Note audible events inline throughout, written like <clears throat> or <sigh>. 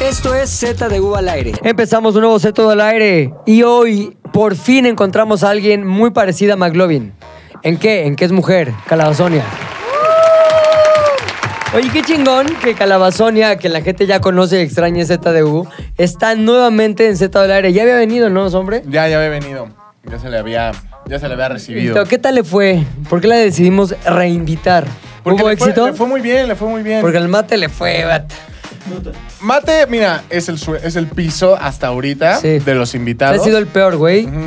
Esto es Z de U al aire. Empezamos un nuevo set todo al aire y hoy por fin encontramos a alguien muy parecida a McLovin. ¿En qué? ¿En qué es mujer? Calabazonia. ¡Uh! Oye, qué chingón que Calabazonia, que la gente ya conoce y extraña ZDU, está nuevamente en Z del Aire. Ya había venido, ¿no, hombre? Ya, ya había venido. Ya se le había, ya se le había recibido. Listo, ¿Qué tal le fue? ¿Por qué la decidimos reinvitar? Porque ¿Hubo le fue- éxito? le fue muy bien, le fue muy bien. Porque al mate le fue, bat. Mate, mira, es el, sue- es el piso hasta ahorita Sí. de los Ha invitados. sido el peor, güey. Ujú.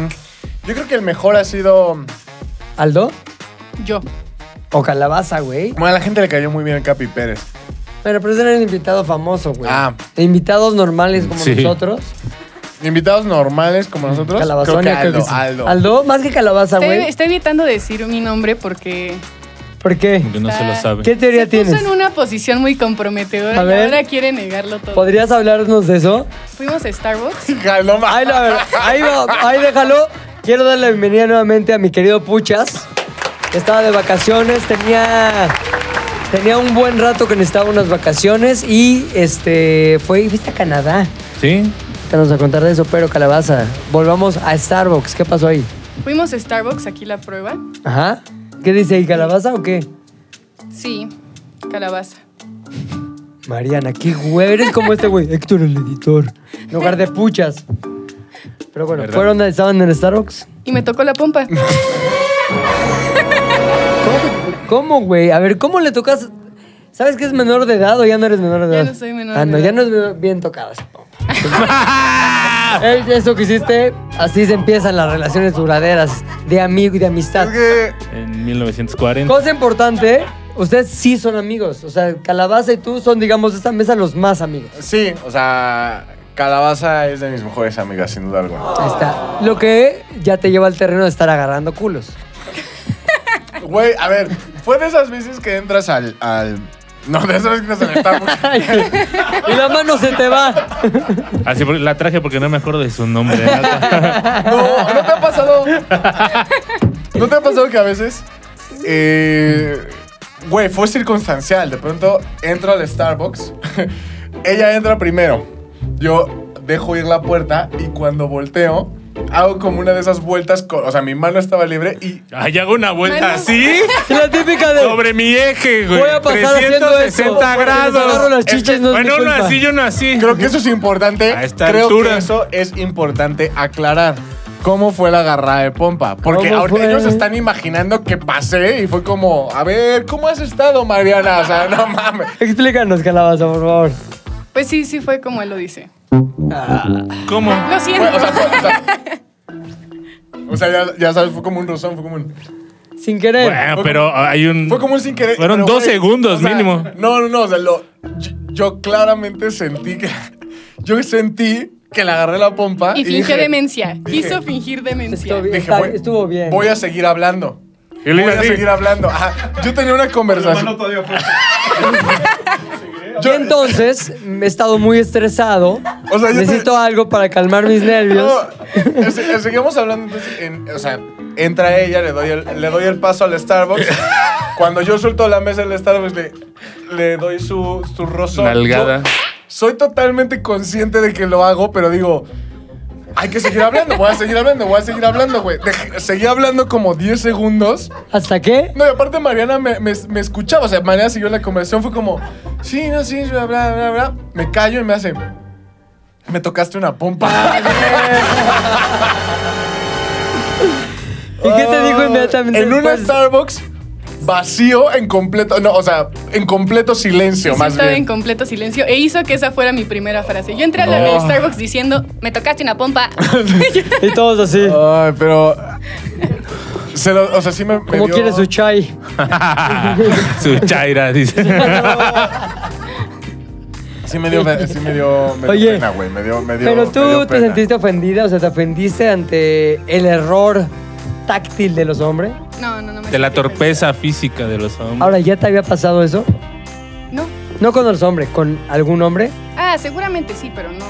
Yo creo que el mejor ha sido... ¿Aldo? Yo. ¿O Calabaza, güey? Bueno, a la gente le cayó muy bien el Capi Pérez. Bueno, pero ese era el invitado famoso, güey. Ah. De invitados normales como nosotros. Invitados normales Mm, como nosotros. Calabazonia, creo que Aldo. sí. Aldo. Aldo, más que calabaza, Está, güey. está evitando decir mi nombre porque ¿Por qué? Que no se lo sabe. ¿Qué teoría se tienes? puso en una posición muy comprometedora A y ver. ahora quiere negarlo todo. ¿Podrías hablarnos de eso? Fuimos a Starbucks. <laughs> <laughs> Aldo ma- Ahí, la- a ver, ahí, va- ahí déjalo. Quiero dar la bienvenida nuevamente a mi querido Puchas. que Estaba de vacaciones, tenía, tenía un buen rato que necesitaba unas vacaciones y este fue, fuiste a Canadá. Sí, Te nos a contar de eso, pero calabaza. Volvamos a Starbucks. ¿Qué pasó ahí? Fuimos a Starbucks, aquí la prueba. Ajá. ¿Qué dice ahí, calabaza o qué? Sí, calabaza. Mariana, qué güey. Eres como este güey, Héctor el editor. En lugar de puchas. Pero bueno, ¿Verdad? fueron, estaban en el Starbucks. Y me tocó la pompa. ¿Cómo, güey? A ver, ¿cómo le tocas? ¿Sabes que es menor de edad o ya no eres menor de Ya edad? no soy menor Ah, de no, edad. ya no es menor- bien tocado. esa pompa. Eh, <laughs> Eso que hiciste, así se empiezan las relaciones duraderas de amigo y de amistad. Es que en 1940. Cosa importante, ustedes sí son amigos. O sea, Calabaza y tú son, digamos, de esta mesa los más amigos. Sí, o sea, Calabaza es de mis mejores amigas, sin duda alguna. Ahí está. Lo que ya te lleva al terreno de estar agarrando culos. Güey, a ver, fue de esas veces que entras al. al... No, de esas veces que entras al <laughs> Starbucks. Ay, sí. <laughs> y la mano se te va. Así porque- la traje porque no me acuerdo de <laughs> su nombre. No, ¿no te ha pasado? ¿No te ha pasado que a veces. eh, Güey, fue circunstancial. De pronto entro al Starbucks. <laughs> Ella entra primero. Yo dejo ir la puerta y cuando volteo. Hago como una de esas vueltas, con- o sea, mi mano estaba libre y Ahí hago una vuelta Mano. así Es la típica de. sobre mi eje, güey. Voy a pasar haciendo 360 eso. Porque les agarro grados. Este, las chiches, no es mi bueno, uno culpa. así y uno así. Creo que eso es importante. A esta Creo que altura. eso es importante aclarar. ¿Cómo fue la agarrada de pompa? Porque ¿Cómo ahorita fue? ellos están imaginando que pasé y fue como, a ver, ¿cómo has estado, Mariana? O sea, no mames. Explícanos, Calabaza, por favor. Pues sí, sí fue como él lo dice. ¿Cómo? Lo Fue- siento. o sea, fue- o sea- o sea, ya, ya sabes, fue como un rozón, fue como un, Sin querer. Bueno, pero hay un. fue como un sin querer. Fueron pero, dos güey, segundos o sea, mínimo. No, no, no, o sea, lo- yo, yo claramente sentí que, <laughs> yo sentí que le agarré la pompa. Y fingió dije- demencia. Quiso dije- fingir Estuvo demencia. bien. Dije, Está- voy- estuvo bien. Voy a seguir hablando. Y le voy hice a así. seguir hablando. Ajá, yo tenía una conversación. Yo entonces me he estado muy estresado. O sea, yo Necesito algo para calmar mis nervios. No, se- seguimos hablando entonces. en- o sea, entra ella, le doy, el, le doy el paso al Starbucks. Cuando yo suelto la mesa del Starbucks, le, le doy su, su <laughs> rozón. Nalgada. Yo soy totalmente consciente de que lo hago, pero digo. Hay que seguir hablando, voy a seguir hablando, voy a seguir hablando, güey. Dejé- Seguí hablando como 10 segundos ¿Hasta qué? No, y aparte Mariana me, me- me escuchaba, o sea, Mariana siguió la conversación, fue como, sí, no, sí, bla, bla, bla, bla. Me callo y me hace, me tocaste una pompa. <laughs> ¿Y qué te dijo inmediatamente? Ah, en un después? Starbucks vacío, en completo, no, o sea, en completo silencio, Sí, más estaba en bien. completo silencio e hizo que esa fuera mi primera frase. Yo entré a la de Starbucks diciendo, me tocaste una <laughs> pompa. Y todos así. Ay, pero... se lo- o sea, sí me... me ¿Cómo dio- quieres su chai? Ah. <laughs> su <laughs> chaira, dice. Sí me dio, sí me dio, me dio Oye, pena, güey, me dio, me dio- Pero me dio tú te pena. sentiste ofendida, o sea, te ofendiste ante el error táctil de los hombres. No, no, no me De la sentí ofendida. torpeza física de los hombres. Ahora, ¿ya te había pasado eso? No. No con los hombres, con algún hombre. Ah, seguramente sí, pero no.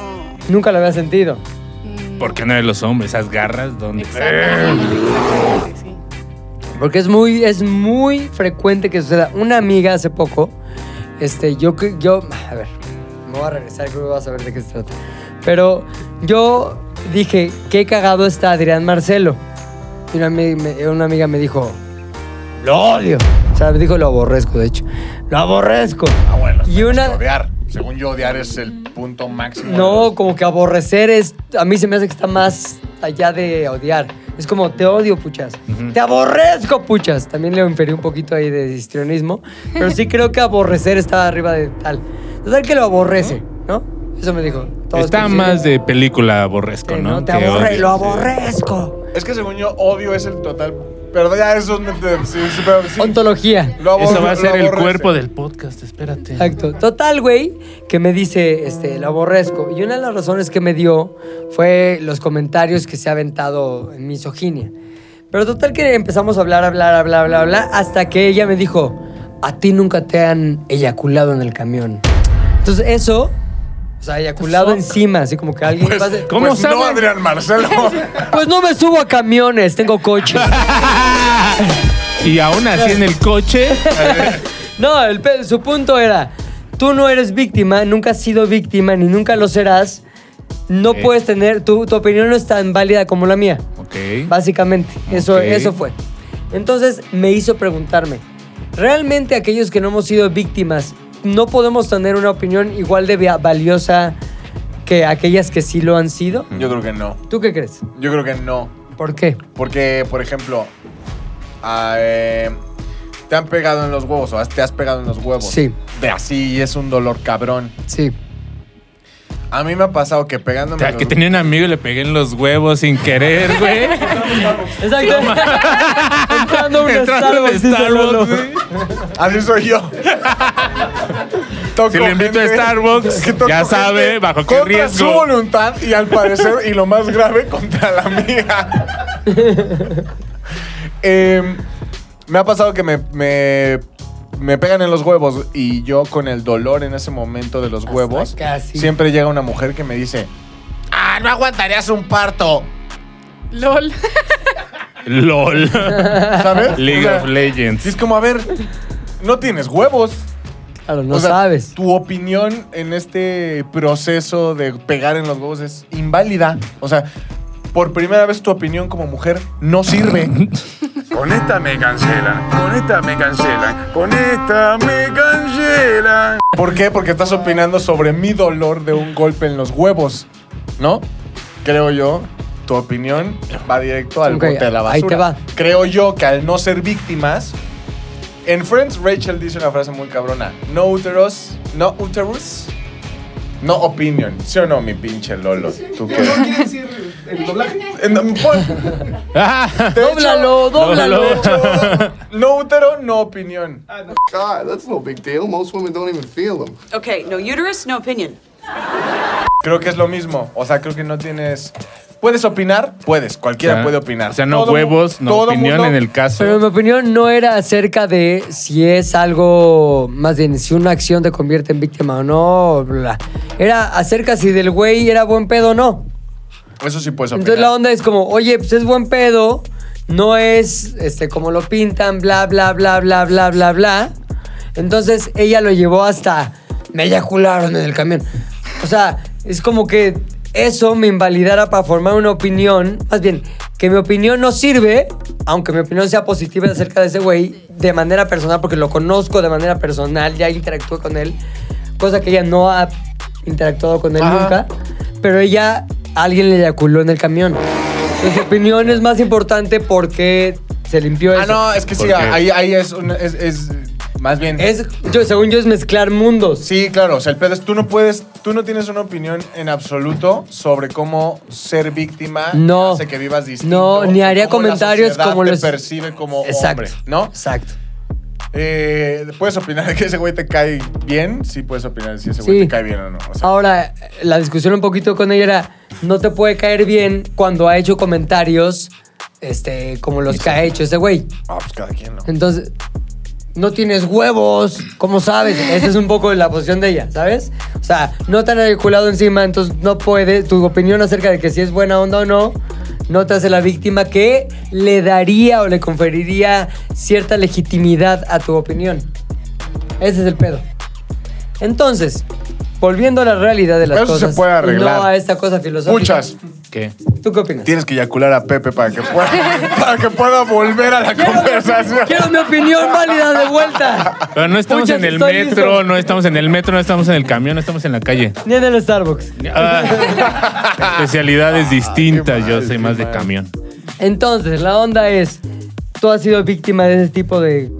Nunca lo había sentido. mm, ¿Por qué no de los hombres? Esas garras, ¿dónde? Exactamente, exactamente, sí. Porque es muy, es muy frecuente que suceda. Una amiga hace poco, este, yo, que- yo, a ver, me voy a regresar, creo que vas a ver de qué se trata. Pero yo dije, qué cagado está Adrián Marcelo. Y una, ami- me- una amiga me dijo, lo odio. O sea, me dijo, lo aborrezco, de hecho. Lo aborrezco. Ah, bueno. Y una- Odiar. Según yo, odiar es el punto máximo. No, como que aborrecer es. A mí se me hace que está más allá de odiar. Es como te odio, puchas. Te aborrezco, puchas. También le inferí un poquito ahí de histrionismo. Pero sí creo que aborrecer está arriba de tal. Total que lo aborrece, ¿no? Eso me dijo. Todos Está coinciden. más de película aborrezco, Sí, ¿no? Te Que aborre, odio, lo sí. aborrezco. Es que según yo, odio es el total. Perdón, ya eso es un. Sí, sí, pero sí. Ontología. Lo abor- Eso va a lo ser el aborrece. cuerpo del podcast, espérate. Exacto. Total, güey, que me dice, este, lo aborrezco. Y una de las razones que me dio fue los comentarios que se ha aventado en misoginia. Pero total que empezamos a hablar, hablar, hablar, hablar, hablar, hasta que ella me dijo, a ti nunca te han eyaculado en el camión. Entonces eso, o sea, eyaculado encima, así como que alguien... Pues, pase- Pues, ¿Cómo pues saben? No, Adrián <laughs> Marcelo. no me subo a camiones, tengo coche. <laughs> Y aún así en el coche. No, el pe- su punto era, tú no eres víctima, nunca has sido víctima ni nunca lo serás. No Ok. puedes tener, tu, tu opinión no es tan válida como la mía, Ok. básicamente. Eso, Ok. eso fue. Entonces me hizo preguntarme, ¿realmente aquellos que no hemos sido víctimas no podemos tener una opinión igual de va- valiosa que aquellas que sí lo han sido? Yo creo que no. ¿Tú qué crees? Yo creo que no. ¿Por qué? Porque, por ejemplo, ah, eh, te han pegado en los huevos o has- te has pegado en los huevos. Sí. De así y es un dolor cabrón. Sí. A mí me ha pasado que O pegándome. sea, los- que tenía un amigo y le pegué en los huevos sin querer, güey. <laughs> Exacto. Entrando a un Entrando en Starbucks, dice Lolo. Starbucks, güey. Así soy yo. Toco Si lo invito a gente Starbucks, que toco ya sabe gente bajo qué contra riesgo. su voluntad y al parecer, y lo más grave, contra la mía. Em, me ha pasado que me, me, me pegan en los huevos y yo con el dolor en ese momento de los huevos, casi. siempre llega una mujer que me dice, ah, no aguantarías un parto. LOL. <laughs> LOL. ¿Sabes? <laughs> League O sea, of Legends. <laughs> y es como, a ver, no tienes huevos. Claro, no O sea, sabes. Tu opinión en este proceso de pegar en los huevos es inválida. O sea, por primera vez tu opinión como mujer <laughs> no sirve. Con esta me cancelan, con esta me cancelan, con esta me cancelan. ¿Por qué? Porque estás opinando sobre mi dolor de un golpe en los huevos, ¿no? Creo yo, tu opinión va directo al Ok, bote de la basura. ahí te va. Creo yo que al no ser víctimas. En Friends, Rachel dice una frase muy cabrona. No uterus, no uterus, no opinion. ¿Sí o no, mi pinche Lolo? ¿Tú qué? Eh, no, pon- Ah, de hecho, Dóblalo, dóblalo. Dóblalo. <laughs> No útero, no opinión. God, that's no big deal. Most women don't even feel them. Okay, no uterus, no opinion. Creo que es lo mismo. O sea, creo que no tienes. ¿Puedes opinar? Puedes. Cualquiera O sea, puede opinar. o sea, no Todo mu- huevos, no todo opinión mundo- en el Pero caso. mi opinión no era acerca de si es algo, más bien, si una acción te convierte en víctima o no. bla. Era acerca si del güey era buen pedo o no. Eso sí puedes opinar. Entonces la onda es como, oye, pues es buen pedo, no es este, como lo pintan, bla, bla, bla, bla, bla, bla, bla. Entonces ella lo llevó hasta, me eyacularon en el camión. O sea, es como que eso me invalidara para formar una opinión, más bien, que mi opinión no sirve, aunque mi opinión sea positiva acerca de ese güey, de manera personal, porque lo conozco de manera personal, ya interactué con él, cosa que ella no ha interactuado con él Ajá. nunca pero ella, alguien le eyaculó en el camión. Entonces, Su opinión es más importante porque se limpió Ah, eso. no, es que sí, ¿Por qué? ahí, ahí es, un- es, es- Más bien. Es, yo, según yo, es mezclar mundos. Sí, claro. O sea, el pedo es tú no puedes. Tú no tienes una opinión en absoluto sobre cómo ser víctima No. hace que vivas distinto. No, ni haría cómo la comentarios sociedad como te los- percibe como Exacto. hombre, ¿no? Exacto. Eh, puedes opinar de que ese güey te cae bien. Sí, puedes opinar si ese Sí. Ah. güey te cae bien o no. O sea, Ahora, la discusión un poquito con ella era, no te puede caer bien cuando ha hecho comentarios este, como los que ha hecho ese güey. ah, pues cada quien, ¿no? Entonces, no tienes huevos, ¿cómo sabes? Esa es un poco la posición de ella, ¿sabes? O sea, no te han eyaculado encima, entonces no puede. Tu opinión acerca de que si es buena onda o no, no te hace la víctima que le daría o le conferiría cierta legitimidad a tu opinión. Ese es el pedo. Entonces, volviendo a la realidad de las Eso se cosas. puede y arreglar. no a esta cosa filosófica. Muchas. ¿Qué? ¿Tú qué opinas? Tienes que eyacular a Pepe para que pueda, para que pueda volver a la conversación. Quiero mi opinión válida de vuelta. <laughs> Pero no estamos Muchas, en el estoy metro, listo. no estamos en el metro, no estamos en el camión, no estamos en la calle. Ni en el Starbucks. Ah, especialidades distintas, yo soy más de camión. Entonces, la onda es, tú has sido víctima de ese tipo de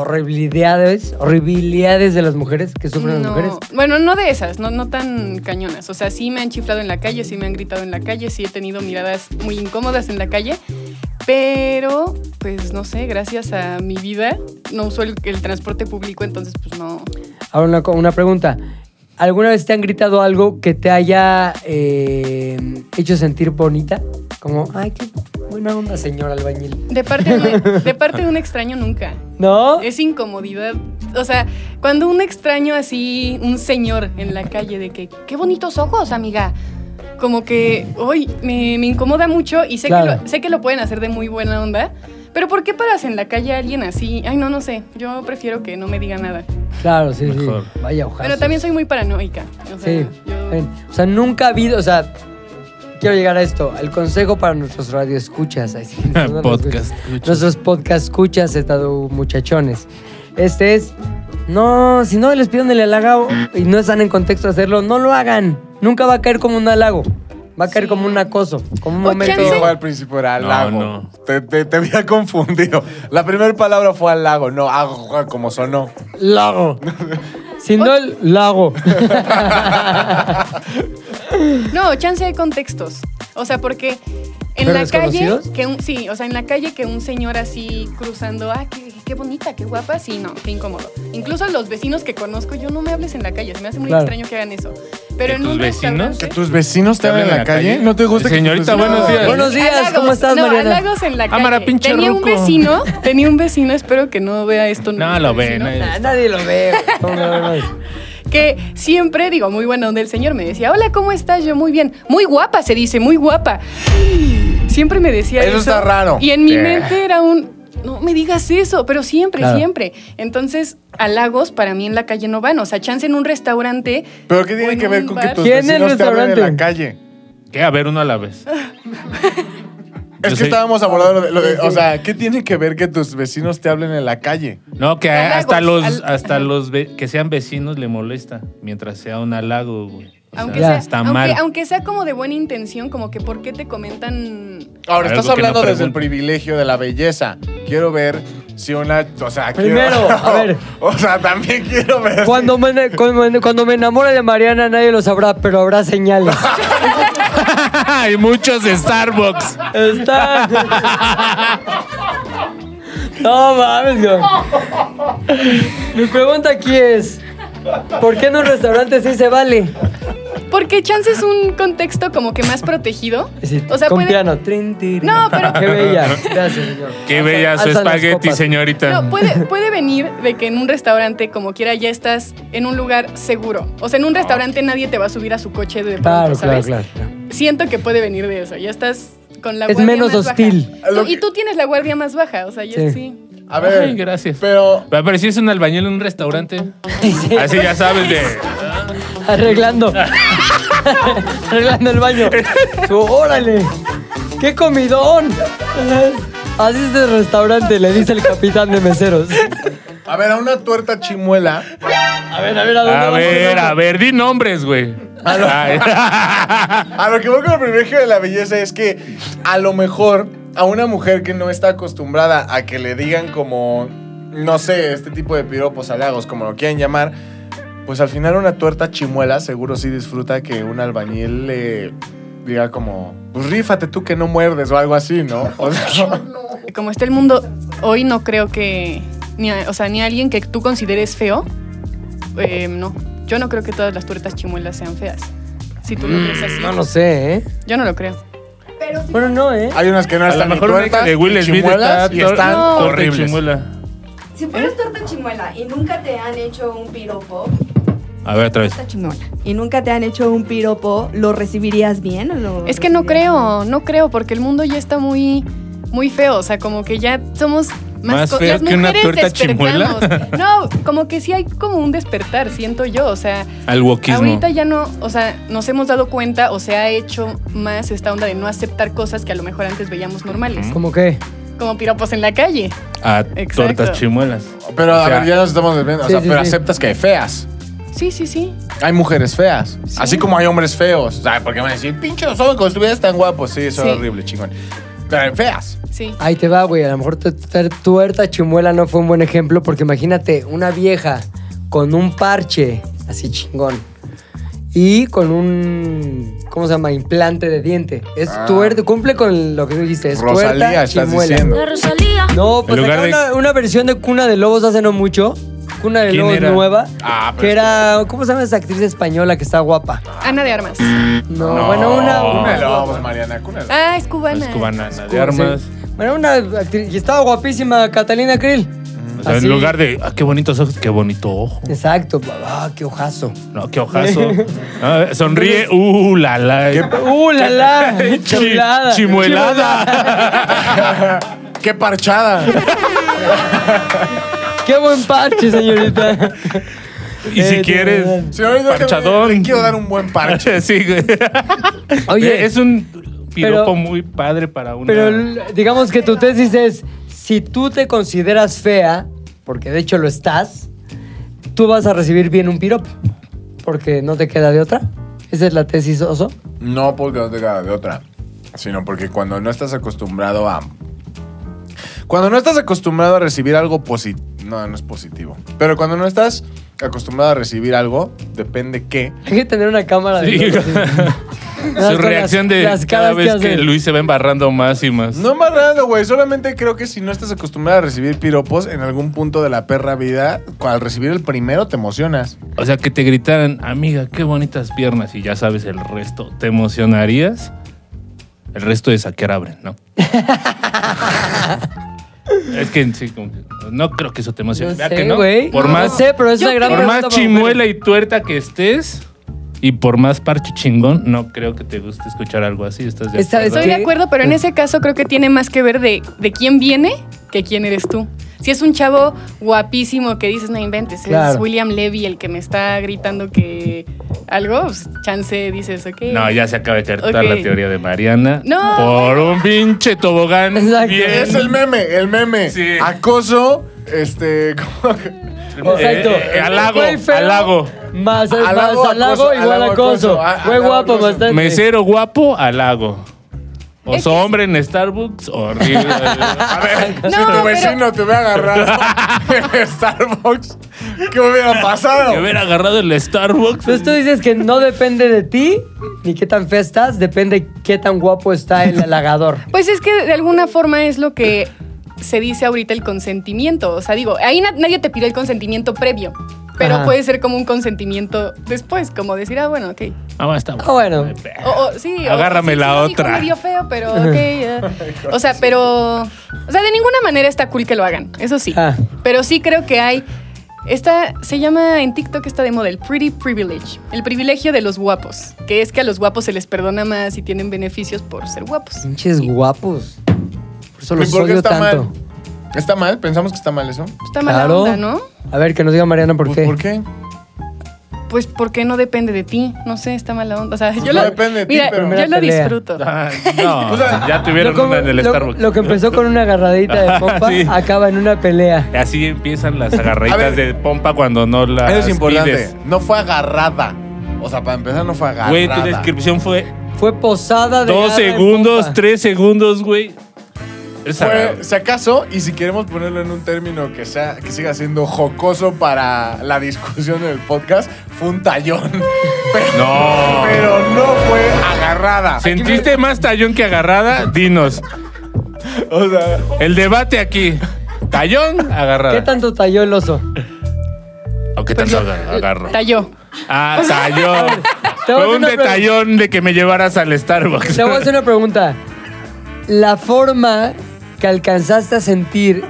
horribilidades, horribilidades de las mujeres que sufren las mujeres. No, bueno, no de esas, no, no tan cañonas. O sea, sí me han chiflado en la calle, sí me han gritado en la calle, sí he tenido miradas muy incómodas en la calle. Pero, pues no sé, gracias a mi vida no uso el, el transporte público, entonces pues no. Ahora una, co- una pregunta. ¿Alguna vez te han gritado algo que te haya eh, hecho sentir bonita? Como, ay, qué buena onda, señor albañil. De parte de, un- de parte de un extraño nunca. ¿No? Es incomodidad. O sea, cuando un extraño así, un señor en la calle de que, qué bonitos ojos, amiga. Como que, hoy me, me incomoda mucho y sé, Claro. que lo, sé que lo pueden hacer de muy buena onda. Pero ¿por qué paras en la calle a alguien así? Ay, no, no sé. Yo prefiero que no me diga nada. Claro, sí, Mejor. sí. Vaya hoja. Pero también soy muy paranoica. O sea, Sí. yo- ven. O sea, nunca ha habido, o sea, quiero llegar a esto. El consejo para nuestros radioescuchas. ay, sí, <laughs> nuestros <laughs> Podcast radioescuchas, escuchas. Nuestros podcast escuchas, estado muchachones. Este es, no, si no les piden el halago y no están en contexto de hacerlo, no lo hagan. Nunca va a caer como un halago. Va a caer como un acoso, como un O momento. Sí, chance- fue al principio era No, lago. no. Te, te, te había confundido. La primera palabra fue al lago, no, hago como sonó. <laughs> Lago. Si no, el lago. <laughs> No, chance de contextos. O sea, porque en ¿Pero la calle. desconocidos? Que un, sí, o sea, en la calle que un señor así cruzando. Ah, qué, qué bonita, qué guapa. Sí, no, qué incómodo. Incluso los vecinos que conozco, yo no me hables en la calle. Se me hace muy Claro. extraño que hagan eso. Pero ¿Que en tus un vecinos? restaurante- ¿Tus vecinos te hablan en la calle? ¿No te gusta que tus Señorita, vecinos- buenos días. Buenos días, halagos, ¿cómo estás, no, Mariana? halagos en la calle. Amara, pinche tenía un ruco. vecino, tenía un vecino, espero que no vea esto. No, nunca, lo eh. ve, vecino. no es- Nah, nadie lo ve. ¿Cómo lo ves? que siempre digo, muy buena onda el señor, me decía, hola, ¿cómo estás? Yo muy bien. Muy guapa, se dice, muy guapa. Siempre me decía eso. Eso está raro. Y en mi Sí. mente era un, no me digas eso, pero siempre, Claro. siempre. Entonces, halagos para mí en la calle no van. O sea, chance en un restaurante. ¿Pero qué o tiene en que ver un con que bar. tus ¿Quién en el vecinos te hablan en la restaurante? calle? ¿Qué? A ver, uno a la vez. Yo Es que soy- estábamos abordando lo de- lo de- O sea, ¿qué tiene que ver que tus vecinos te hablen en la calle? No, que Halagos, hasta los, al- hasta ajá. los ve- que sean vecinos le molesta mientras sea un halago, güey. O Aunque sea, sea, está aunque- mal. aunque sea como de buena intención, como que por qué te comentan Ahora, Algo estás que no hablando desde el pregunto. privilegio de la belleza. Quiero ver si una. O sea, quiero- Primero, <laughs> a ver. O sea, también quiero ver. Cuando me, ene- cuando, cuando me enamore de Mariana nadie lo sabrá, pero habrá señales. <laughs> Hay muchos Starbucks. Está. No mames, güey. Mi pregunta aquí es: ¿por qué en un restaurante sí se vale? Porque chance es un contexto como que más protegido. Es decir, O sea, con puede- piano. Trin, tirin. No, pero- Qué bella. Gracias, señor. Qué bella su Alzan las espagueti, copas. señorita. No, puede, puede venir de que en un restaurante, como quiera, ya estás en un lugar seguro. O sea, en un restaurante nadie te va a subir a su coche de pronto, Claro, claro, ¿sabes? claro. Siento que puede venir de eso. Ya estás con la Es guardia menos más hostil. baja. Tú- Y tú tienes la guardia más baja, o sea, ya Sí. sí. A ver. Ay, gracias. pues- Pero. Va, Pero si es un albañil en un restaurante. Así ya sabes de. <laughs> Arreglando. Arreglando el baño. Su- órale. ¡Qué comidón! Así es el restaurante, le dice el capitán de meseros. A ver, a una tuerta chimuela. A ver, a ver, A vamos? ver, a ver, di nombres, güey. Ay. <laughs> A lo que voy con el privilegio de la belleza es que a lo mejor a una mujer que no está acostumbrada a que le digan como, no sé, este tipo de piropos, halagos, como lo quieran llamar, pues al final una tuerta chimuela seguro sí disfruta que un albañil le diga como, pues rífate tú que no muerdes o algo así, ¿no? <laughs> O sea, Como está el mundo hoy, no creo que. Ni a- o sea, ni a alguien que tú consideres feo. eh, no. Yo no creo que todas las tuertas chimuelas sean feas. Si tú lo crees así. No lo sé, ¿eh? Yo no lo creo. Bueno, no, ¿eh? hay unas que no A lo están ni mejor una hija tuertas de Will ni Smith chimuelas está y están No. horrible. horribles. Si fueras torta chimuela y nunca te han hecho un piropo, A ver, otra vez. torta chimuela, y nunca te han hecho un piropo, ¿lo recibirías bien o lo Es que no recibirías creo, no creo, porque el mundo ya está muy, muy feo. O sea, como que ya somos ¿Más co- feo las que una mujeres tuerta chimuela? despertamos. No, como que sí hay como un despertar, siento yo. O sea, Al wokismo. ahorita ya no, o sea, nos hemos dado cuenta o se ha hecho más esta onda de no aceptar cosas que a lo mejor antes veíamos normales, ¿Cómo qué? como piropos en la calle. A Exacto. tortas chimuelas. Pero O a sea, ver, ya nos estamos desviando. O sí, sea, sí, pero sí. aceptas que hay feas. Sí, sí, sí. Hay mujeres feas. Sí. Así como hay hombres feos. O sea, porque van a decir, pinche solo cuando estuvieras tan guapo. Sí, eso es Sí. horrible, chingón. Pero hay feas. Sí. Ahí te va, güey. A lo mejor tu, tu- tu huerta chimuela no fue un buen ejemplo porque imagínate una vieja con un parche así chingón y con un, ¿cómo se llama? Implante de diente. Es tuerta, cumple con lo que tú dijiste. Es Ah. Rosalía, tuerta estás chimuela. diciendo. No, pues En lugar acá de- una, una versión de Cuna de Lobos hace no mucho. Cuna de ¿Quién Lobos era? nueva. Ah, pero que era, ¿cómo se llama esa actriz española que está guapa? Ana de Armas. No, bueno, una... Cuna una- de lobos, Mariana, cuna de lobos. Ah, es No cubana. es cubana, Ana sí. de armas. Bueno, una actriz... Y estaba guapísima Catalina Krill. O sea, Así. en lugar de, ah, qué bonitos ojos, qué bonito ojo. Exacto. Ah, qué ojazo. No, qué ojazo. <laughs> Ah, sonríe, uh, la, la. eh, ¡Uh, la <laughs> la! Chi- Chulada. <laughs> Chimuelada. ¡Qué parchada! ¡Qué buen parche, <laughs> señorita! <laughs> Eh, y si quieres, Señorita, Parchadón. déjame- Le quiero dar un buen parche. <laughs> sí, güey. <laughs> Oye, es un pero- piropo muy padre para una. Pero l- digamos que tu tesis es, si tú te consideras fea, porque de hecho lo estás, tú vas a recibir bien un piropo, porque no te queda de otra. Esa es la tesis, Oso. No porque no te queda de otra, sino porque cuando no estás acostumbrado a... Cuando no estás acostumbrado a recibir algo positivo... No, no es positivo. Pero cuando no estás acostumbrado a recibir algo, depende qué. Hay que tener una cámara. Sí. de <laughs> Su reacción de cada vez que, Luis se va embarrando más y más. No más raro, güey. Solamente creo que si no estás acostumbrado a recibir piropos en algún punto de la perra vida, cu- al recibir el primero te emocionas. O sea, que te gritaran, amiga, qué bonitas piernas, y ya sabes el resto. ¿Te emocionarías? El resto de saquear abren, ¿no? <laughs> es que sí, como que no creo que eso te emocione. No ¿Verdad sé, que no? güey. Por No más, sé, pero es Yo una gran por pregunta para más mujeres. chimuela y tuerta que estés, y por más parche chingón, no creo que te guste escuchar algo así. ¿Estás de Esta- acuerdo? Estoy de ¿Qué? acuerdo, pero en ese caso creo que tiene más que ver de, de quién viene que quién eres tú. Si es un chavo guapísimo que dices no inventes, Claro. es William Levy el que me está gritando que algo, pues, chance dices, ok. No, ya se acaba de caer toda Ok. la teoría de Mariana. No. Por un pinche tobogán. Exacto. bien- Es el meme, el meme. Sí. Acoso, este... <laughs> ¿cómo que? Exacto. Eh, eh, halago, Güey feo, halago. Más, más halago, Halago, acoso, igual halago, acoso. acoso, a- Güey halago, guapo, acoso. bastante. Mesero guapo, halago. O Es que hombre en Starbucks, <laughs> horrible. A ver, No, si tu pero- vecino te ve agarrado <laughs> en Starbucks, ¿qué hubiera pasado? Me hubiera agarrado el Starbucks. Entonces tú dices que no depende de ti ni qué tan fea estás, depende qué tan guapo está el halagador. Pues es que de alguna forma es lo que se dice ahorita el consentimiento. O sea, digo, ahí na- nadie te pide el consentimiento previo, pero Ajá. puede ser como un consentimiento después, como decir, ah, bueno, ok. Ah, bueno, está bueno. Ah, bueno. Ay, pe- O, o- sí, o- Agárrame sí, la sí lo dijo otra. medio feo, <laughs> pero ok. ya. O sea, pero. O sea, de ninguna manera está cool que lo hagan, eso sí. Ah. Pero sí creo que hay. Esta se llama en TikTok esta de moda, el pretty privilege, el privilegio de los guapos, que es que a los guapos se les perdona más y tienen beneficios por ser guapos. <laughs> Pinches guapos. Por eso ¿Y los por qué odio está tanto. mal? ¿Está mal? Pensamos que está mal eso. Está mala Claro. onda, ¿no? A ver, que nos diga Mariana por Pues, qué. ¿Por qué? Pues porque no depende de ti, no sé, está mala onda. O sea, yo no lo, depende de ti, mira, pero- yo lo Pelea. disfruto. Ay, Ah, no, O sea, ya Lo, tuvieron como- una en el lo- Starbucks. Ah, lo que empezó con una <laughs> agarradita de pompa Sí. acaba en una pelea. Así <laughs> empiezan las A ver. agarraditas de pompa cuando no las Eso es importante. pides. No fue agarrada. O sea, para empezar, no fue agarrada. Güey, tu descripción fue Fue posada de. dos garra en segundos, pompa. tres segundos, güey. Esa- Fue, si acaso, y si queremos ponerlo en un término que, sea, que siga siendo jocoso para la discusión del podcast, fue un tallón. <laughs> Pero No. pero no fue agarrada. ¿Sentiste más tallón que agarrada? Dinos. O sea, El debate aquí. Tallón, agarrada. ¿Qué Pues tanto talló el oso? ¿O qué tanto aga- agarro? Talló. Ah, tallón. <laughs> te voy a Fue hacer un una pregunta. detallón de que me llevaras al Starbucks. Te voy a hacer una pregunta. La forma que alcanzaste a sentir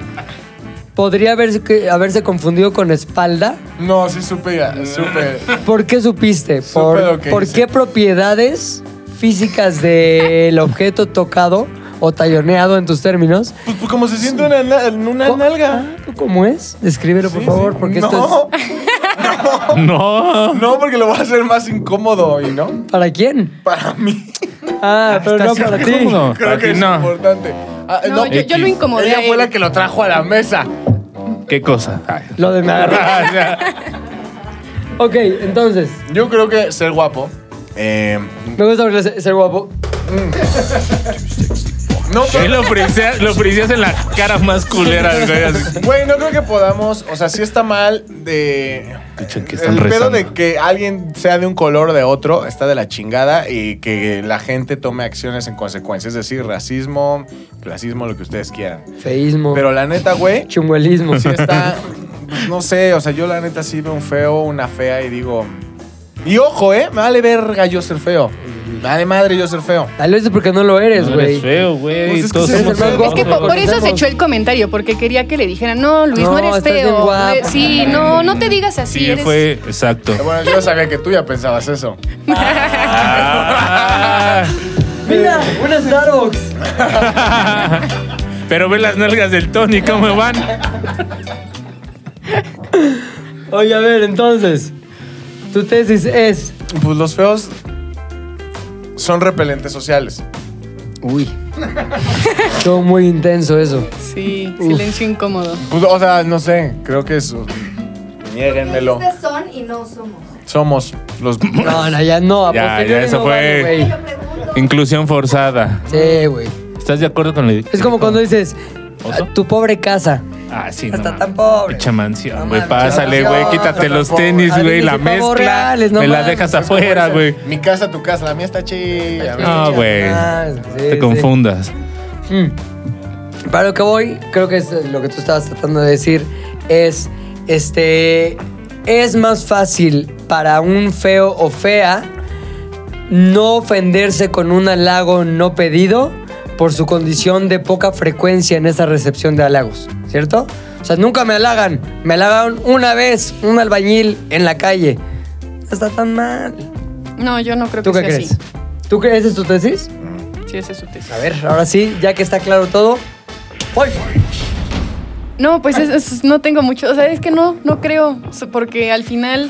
podría haberse, que- haberse confundido con espalda. no, sí supe, ya, supe. <laughs> ¿Por qué supiste? Supe ¿Por, lo que por hice. qué propiedades físicas del objeto tocado o talloneado en tus términos. Pues, pues como se siente una, na- en una Co- nalga. Ah, ¿Cómo es? Descríbelo, por Sí, favor, sí. porque no, esto <laughs> No. No, porque lo voy a hacer más incómodo hoy, ¿no? es. ¿Para quién? Para mí. <laughs> Ah, pero no para ti. incómodo. Creo Para que ti es no. importante. Ah, No, yo, yo lo X. incomodé. Ella a fue él. la que lo trajo a la mesa. ¿Qué cosa? Ay. Lo de mi perro. Ah, ya. Ok, entonces, Yo creo que ser guapo. eh, me gusta verle ser ser guapo. no, Él pero- lo friseas, lo friseas en la cara más culera, güey. Pues, así. Güey, no creo que podamos. O sea, sí está mal de. Dicen que están el pedo rezando. de que alguien sea de un color o de otro está de la chingada y que la gente tome acciones en consecuencia. Es decir, racismo, clasismo, lo que ustedes quieran. Feísmo. Pero la neta, güey, Chunguelismo. sí está. pues, No sé, o sea, yo la neta sí veo un feo, una fea y digo. Y ojo, ¿eh? Me vale verga yo ser feo. Me vale madre yo ser feo. Tal vez es porque no lo eres, No eres güey. feo, güey. Pues es que Todos sí eres somos el más feos. Es que po- por, eso se echó el comentario, porque quería que le dijeran, no, Luis, no, No, eres estás bien feo. guapo". Eh, Sí, no, no te digas así. Sí, eres... <laughs> fue exacto. <laughs> Bueno, yo sabía que tú ya pensabas eso. Ah. Mira, una Starbucks. <laughs> Pero ve las nalgas del Tony, ¿cómo van? Oye, a ver, entonces, tu tesis es. Pues los feos son repelentes sociales. Uy. Estuvo muy intenso eso. Sí, silencio incómodo. Pues, o sea, no sé, creo que eso. Niéguenmelo. Ustedes son y no somos. Somos los. <laughs> No, no, ya no. Ya, posteriori ya, eso no fue. vale, güey. Yo pregunto. Inclusión forzada. sí, güey. ¿Estás de acuerdo con el Es como cuando dices, ¿Oso? tu pobre casa. Ah, sí, Hasta no. tan mames. pobre. Pinche mansión, No güey. mames, Pásale, pinche güey. mansión. Quítate Hasta los tan pobre. tenis, güey. La Adivina, pavos mezcla. reales, no me la mames. dejas afuera, güey. Mi casa, tu casa, la mía está chida. Ah, Sí, güey. ah, sí, Te sí. confundas. Mm. Para lo que voy, creo que es lo que tú estabas tratando de decir es, este, es más fácil para un feo o fea no ofenderse con un halago no pedido por su condición de poca frecuencia en esa recepción de halagos, ¿cierto? O sea, nunca me halagan. Me halagaron una vez un albañil en la calle. No está tan mal. No, yo no creo ¿Tú que qué sea crees? así. ¿Tú crees es tu tesis? Sí, esa es su tesis. A ver, ahora sí, ya que está claro todo. ¡Voy! No, pues es- es- no tengo mucho. O sea, es que no, no creo. so- Porque al final,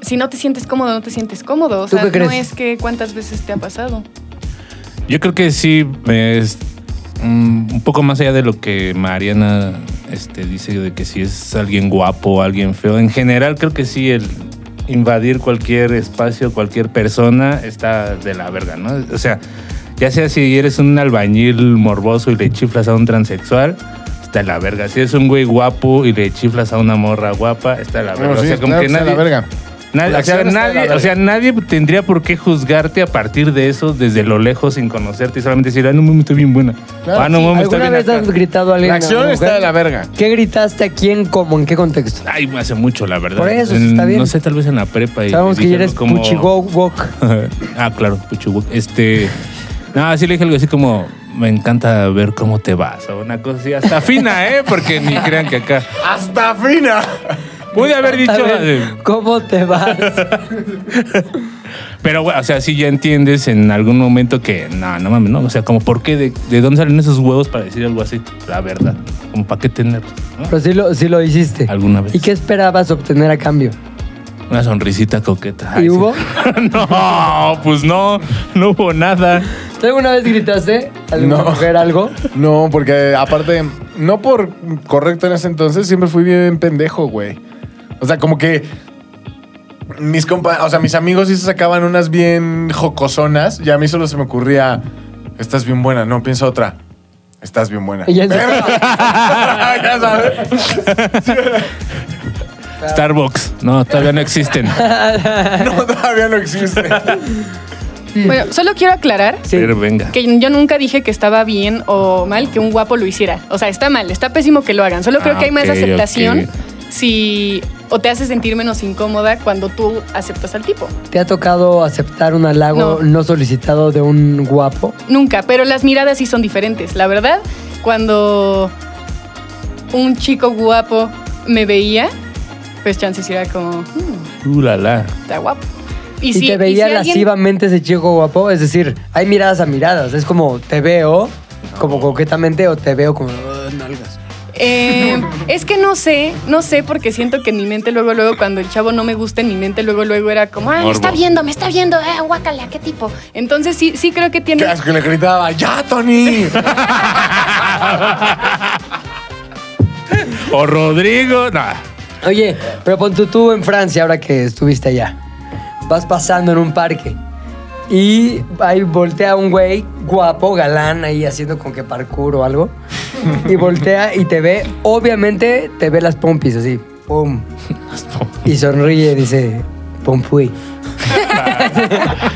si no te sientes cómodo, no te sientes cómodo. O ¿Tú sea, qué no crees? es que cuántas veces te ha pasado. Yo creo que sí es mm, un poco más allá de lo que Mariana este, dice de que si es alguien guapo o alguien feo. En general creo que sí el invadir cualquier espacio, cualquier persona está de la verga, ¿no? O sea, ya sea si eres un albañil morboso y le chiflas a un transexual, está de la verga. Si eres un güey guapo y le chiflas a una morra guapa, está de la verga. o sea, como que nadie... Nadie, La o, sea, acción está de la nadie, verga. o sea, nadie tendría por qué juzgarte a partir de eso desde lo lejos sin conocerte y solamente decir, ah, no mames, estoy bien buena. Claro, ah, no mames, estoy ¿Alguna bien vez acá". has gritado a alguien? La a acción una está mujer? de la verga. ¿Qué gritaste a quién, cómo, en qué contexto? Ay, me hace mucho, la verdad. Por eso, En- está bien. No sé, tal vez en la prepa. y Sabemos le que ya dije eres algo como- Puchigo Wok. <laughs> ah, claro, Puchiwok. Este. No, sí le dije algo así como, me encanta ver cómo te vas o una cosa así. Hasta fina, ¿eh? Porque ni crean que acá. <laughs> ¡Hasta fina! Pude haber A dicho. ver, eh, ¿Cómo te vas? Pero, güey, o sea, sí ya entiendes en algún momento que, no, no mames, no. O sea, como, ¿por qué? ¿De, de dónde salen esos huevos para decir algo así? La verdad. Como, ¿para qué tenerlos? no? Pero sí lo, sí lo hiciste. Alguna vez. ¿Y qué esperabas obtener a cambio? Una sonrisita coqueta. ¿Y sí. hubo? <laughs> no, pues no, no hubo nada. ¿Tú alguna vez gritaste a alguna No. mujer algo? No, porque aparte, no por correcto en ese entonces, siempre fui bien pendejo, güey. O sea, como que mis compa o sea, mis amigos sí se sacaban unas bien jocosonas y a mí solo se me ocurría, estás bien buena, no, piensa otra. Estás bien buena. Y ya en- <laughs> ya sabes. Starbucks. No, todavía <laughs> no existen. No, todavía no existe. Hmm. Bueno, solo quiero aclarar Sí. Pero venga. que yo nunca dije que estaba bien o mal que un guapo lo hiciera. O sea, está mal, está pésimo que lo hagan. Solo creo Ah, que hay más ok, aceptación ok. si o te hace sentir menos incómoda cuando tú aceptas al tipo. ¿Te ha tocado aceptar un halago no, No. solicitado de un guapo? Nunca, pero las miradas sí son diferentes. La verdad, cuando un chico guapo me veía, pues chances era como, "Mm, Uh, la, la. está guapo. Y Y, si- y te veía si alguien- lascivamente ese chico guapo. Es decir, hay miradas a miradas. Es como te veo como coquetamente o te veo como "Ah, nalgas. Eh, es que no sé, no sé, porque siento que en mi mente luego, luego, cuando el chavo no me gusta, en mi mente luego, luego era como, ah, me Morbo. está viendo, me está viendo, ah, guácala, qué tipo. Entonces sí, sí creo que <laughs> Qué tiene... asco que le gritaba, ¡ya, Tony! O <laughs> Rodrigo. Nah. Oye, pero pon tú, tú en Francia, ahora que estuviste allá. Vas pasando en un parque y ahí voltea un güey guapo, galán, ahí haciendo con que parkour o algo. Y voltea y te ve, obviamente te ve las pompis así, pum. Y sonríe, dice, pompuy. No,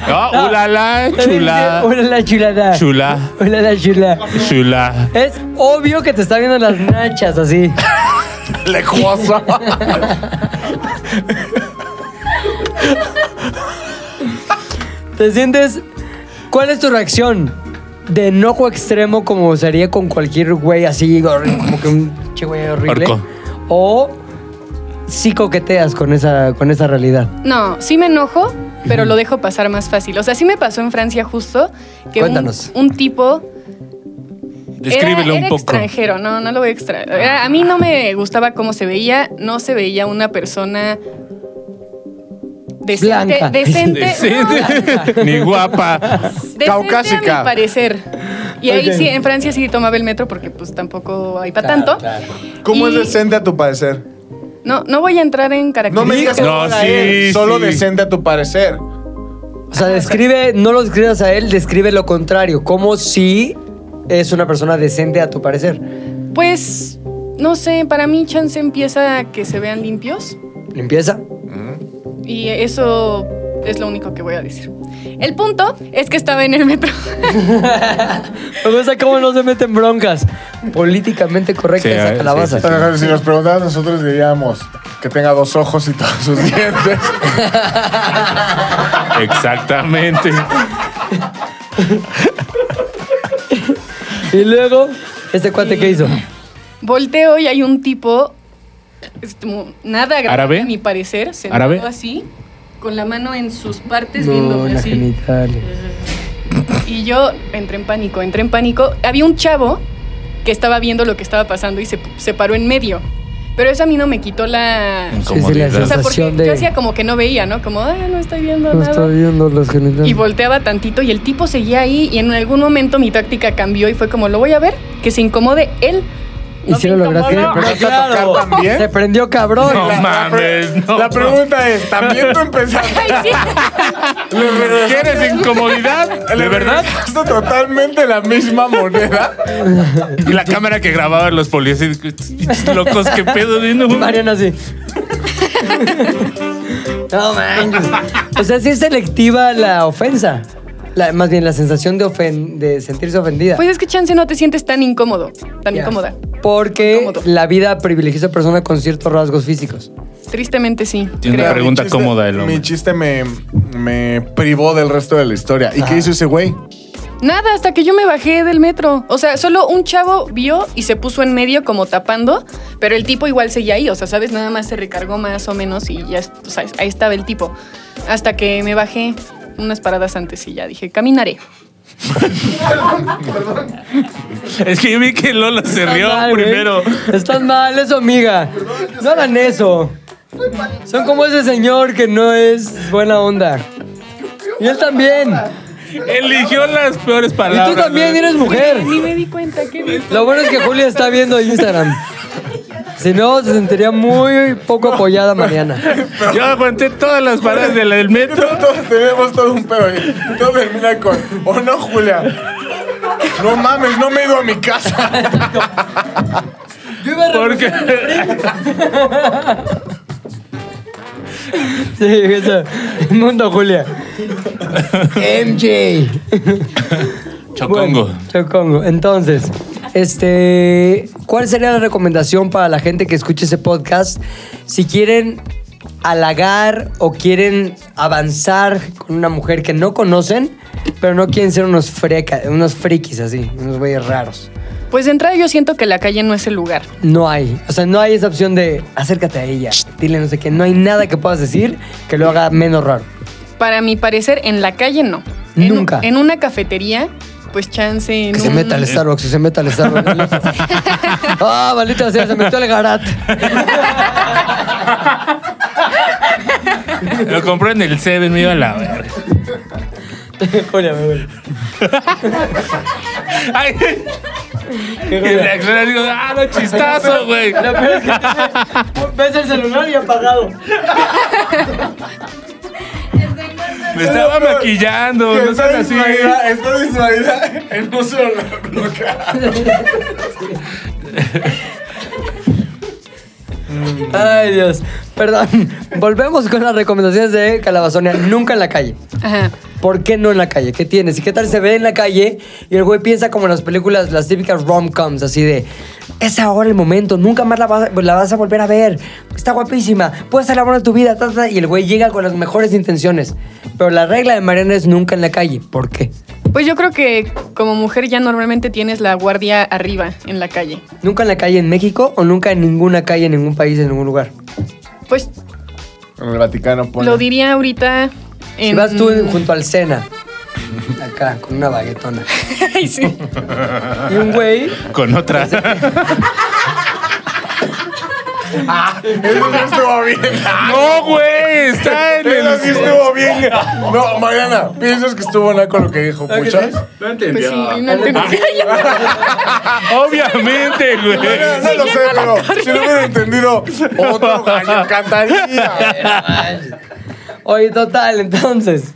Oh, ulala, chula. <laughs> Hola la chulada. Chula. Hola la chula. Chula. Es obvio que te está viendo las nachas así. ¡Lejosa! ¿Te sientes? ¿Cuál es tu reacción? De enojo extremo como sería con cualquier güey así, horri- como que un che güey horrible. Orco. O sí coqueteas con esa, con esa realidad. No, sí me enojo, pero lo dejo pasar más fácil. O sea, sí me pasó en Francia justo que un- Cuéntanos. un tipo Era- Descríbelo era un poco. extranjero, no, no lo voy a extraer. Era- A mí no me gustaba cómo se veía, no se veía una persona decente, Blanca. decente, <laughs> Decente. Ni guapa. no, decente Caucásica. a mi parecer. Y ahí Ok. sí, en Francia sí tomaba el metro porque pues tampoco hay para tanto. ¿Cómo es Y- decente a tu parecer? No, no voy a entrar en No me características. digas No, cómo era sí, él, sí. solo decente a tu parecer. O sea, describe, no lo describas a él, describe lo contrario. Como si es una persona decente a tu parecer. Pues no sé, para mí chance empieza a que se vean limpios. Limpieza. Y eso es lo único que voy a decir. El punto es que estaba en el metro. <laughs> Me gusta cómo no se meten broncas. Políticamente correcta Sí, esa sí, calabaza. sí, Pero si nos preguntabas, nosotros diríamos que tenga dos ojos y todos sus <laughs> dientes. Exactamente. Y luego, ¿este cuate qué hizo? Volteo y hay un tipo es como nada agradable, ¿Árabe? a mi parecer, sentado ¿Árabe? así, con la mano en sus partes No, viéndome la así. genital. Y yo entré en pánico, entré en pánico. Había un chavo que estaba viendo lo que estaba pasando y se, se paró en medio. Pero eso a mí no me quitó la... Sí, sí, la Incomodidad. O sea, porque sensación de... yo hacía como que no veía, ¿no? Como, ah, no estoy viendo No nada. estoy viendo los genitales. Y volteaba tantito y el tipo seguía ahí y en algún momento mi táctica cambió y fue como, lo voy a ver, que se incomode él. ¿Y No si se lo lograste? incomoda. Pero claro, también. Ah, Se prendió cabrón. No La- la mames, pre- no. La pregunta es, ¿también tú empezaste? Ay, <laughs> sí. ¿Quieres incomodidad? ¿De ¿Le verdad? regresaste totalmente la misma moneda? Y la cámara que grababa los policías. y- pinches Locos, qué pedo. No, Mariana así. no manches. O sea, sí es selectiva la ofensa. La- más bien la sensación de, ofen- de sentirse ofendida. Pues es que chance no te sientes tan incómodo, tan Ya. incómoda. Porque Incómodo. la vida privilegia a esa persona con ciertos rasgos físicos. Tristemente sí. Tiene <laughs> una Mira, pregunta mi chiste- cómoda el hombre. Mi chiste me, me privó del resto de la historia. ¿Y qué hizo ese güey? Nada, hasta que yo me bajé del metro. O sea, solo un chavo vio y se puso en medio como tapando, pero el tipo igual seguía ahí. O sea, ¿sabes? Nada más se recargó más o menos y ya, es- o sea, ahí estaba el tipo. Hasta que me bajé unas paradas antes y ya dije, caminaré. Es que yo vi que Lola se rió Estás mal, güey. primero. Estás mal, eso, amiga. No hagan eso. Son como ese señor que no es buena onda. Y él también. Eligió las peores Y palabras. tú también güey. eres mujer. Ni me di cuenta, qué bien. Lo bueno es que Julia está viendo Instagram. Si no, se sentiría muy poco apoyada Mariana. Yo aguanté todas las paradas del del metro. <laughs> Todos tenemos todo un pedo ahí. Todo termina con, oh no, Julia. No mames, no me he ido a mi casa. Yo iba a Porque Sí, eso. El mundo, Julia. MJ. Chocongo. Bueno, Chocongo. Entonces, este, ¿cuál sería la recomendación para la gente que escuche ese podcast? Si quieren halagar o quieren avanzar con una mujer que no conocen, pero no quieren ser unos freca, unos frikis así, unos güeyes raros. Pues de entrada yo siento que la calle no es el lugar. No hay. O sea, no hay esa opción de acércate a ella, dile no sé qué. No hay nada que puedas decir que lo haga menos raro. Para mi parecer, en la calle no. En- Nunca. En, una cafetería, pues chance. En Que se un- meta al Starbucks, que se meta al Starbucks. <laughs> Ah, maldita sea, se metió al garat. Lo compré en el Seven, me iba a la verga. <laughs> Julia, me voy. Ay. Y reacciona así, ah, no chistazo, güey. La peor es que <laughs> ves el celular y apagado. Me estaba maquillando, no sean Está así. distraída, está distraída en un celular bloqueado. Ay, Dios. Perdón. Volvemos con las recomendaciones de Calabazonia. Nunca en la calle. Ajá. ¿Por qué no en la calle? ¿Qué tienes? ¿Y qué tal se ve en la calle? Y el güey piensa como en las películas, las típicas rom-coms, así de, es ahora el momento, nunca más la vas, la vas a volver a ver, está guapísima, puedes ser la amor de tu vida, ta, ta", y el güey llega con las mejores intenciones. Pero la regla de Mariana es nunca en la calle. ¿Por qué? Pues yo creo que como mujer ya normalmente tienes la guardia arriba en la calle. ¿Nunca en la calle en México o nunca en ninguna calle, en ningún país, en ningún lugar? Pues En el Vaticano pone. lo diría ahorita. En... Si vas tú junto al Sena, acá, con una baguetona, <laughs> <laughs> Ay, sí. y un güey Con otra. Eso no estuvo bien. No, güey, está en Eso sí el. estuvo bien. No, Mariana, ¿piensas que estuvo naco con lo que dijo Puchas? Pues sí, no entendí. Obviamente, Mariana, güey. Eh, No lo sé, pero si no hubiera entendido otro gallo cantaría. Oye, total, entonces.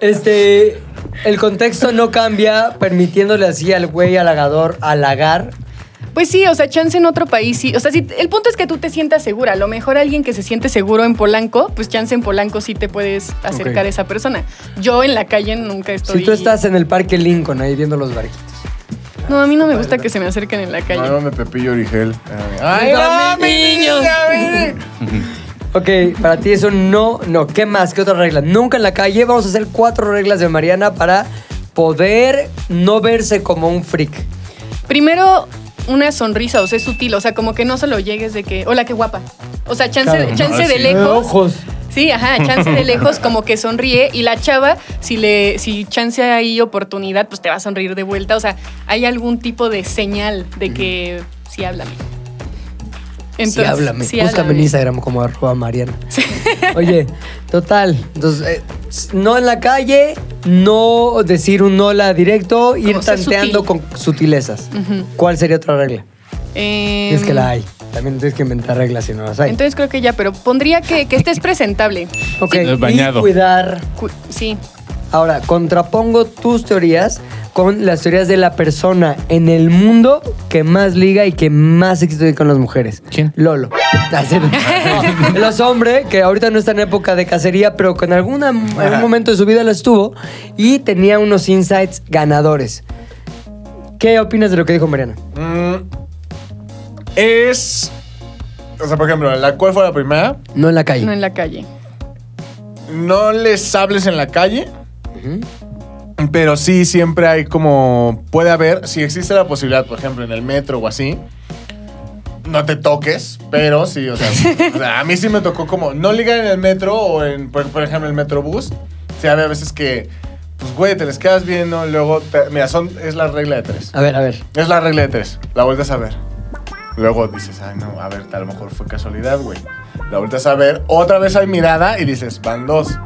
Este. El contexto no cambia, permitiéndole así al güey halagador halagar. Pues sí, o sea, chance en otro país sí. O sea, sí, el punto es que tú te sientas segura. A lo mejor alguien que se siente seguro en Polanco, pues chance en Polanco sí te puedes acercar Ok. a esa persona. Yo en la calle nunca estoy. Si tú estás en el parque Lincoln ahí viendo los barquitos. No, a mí no me gusta que se me acerquen en la Ay, calle. mami, Ah, Pepillo Origel. Ah, Ay, va, mi niño. Ok, para ti eso no, no. ¿Qué más? ¿Qué otra regla? Nunca en la calle. Vamos a hacer cuatro reglas de Mariana para poder no verse como un freak. Primero, una sonrisa, o sea, es sutil. O sea, como que no solo llegues de que, hola, qué guapa. O sea, chance, chance Ah, de lejos. Sí, ajá, chance de lejos como que sonríe y la chava, si le, si chance hay oportunidad, pues te va a sonreír de vuelta. O sea, hay algún tipo de señal de que sí háblame. sí, Entonces, háblame. sí, Búscame en háblame. Instagram como arroba Mariana. <laughs> Oye, total. Entonces, eh, s- no en la calle, no decir un hola directo, ir Como ser tanteando sutil. con sutilezas. ¿Cuál sería otra regla? Em, es que la hay. También tienes que inventar reglas si no las hay. Entonces creo que ya, pero pondría que, que estés presentable. Ok, Eh, bañado. Y cuidar. Cu- Sí. Ahora, contrapongo tus teorías con las teorías de la persona en el mundo que más liga y que más éxito tiene con las mujeres. ¿Quién? Lolo. <laughs> Ah, sí, <laughs> no. No, Los hombres, que ahorita no está en época de cacería, pero que en alguna- algún momento de su vida lo estuvo y tenía unos insights ganadores. ¿Qué opinas de lo que dijo Mariana? Mm, es. O sea, por ejemplo, la cual fue la primera. No en la calle. No en la calle. No les hables en la calle. Pero sí, siempre hay como. Puede haber, si existe la posibilidad, por ejemplo, en el metro o así, no te toques, pero sí, o sea, o sea, a mí sí me tocó como. No ligar en el metro o en, por, por ejemplo, en el metrobús. Sí, había veces que, pues, güey, te les quedas viendo, luego. te- mira, son, es la regla de tres. A ver, a ver. Es la regla de tres. La vueltas a ver. Luego dices, ay, no, a ver, a lo mejor fue casualidad, güey. La vueltas a ver, otra vez hay mirada y dices, van dos.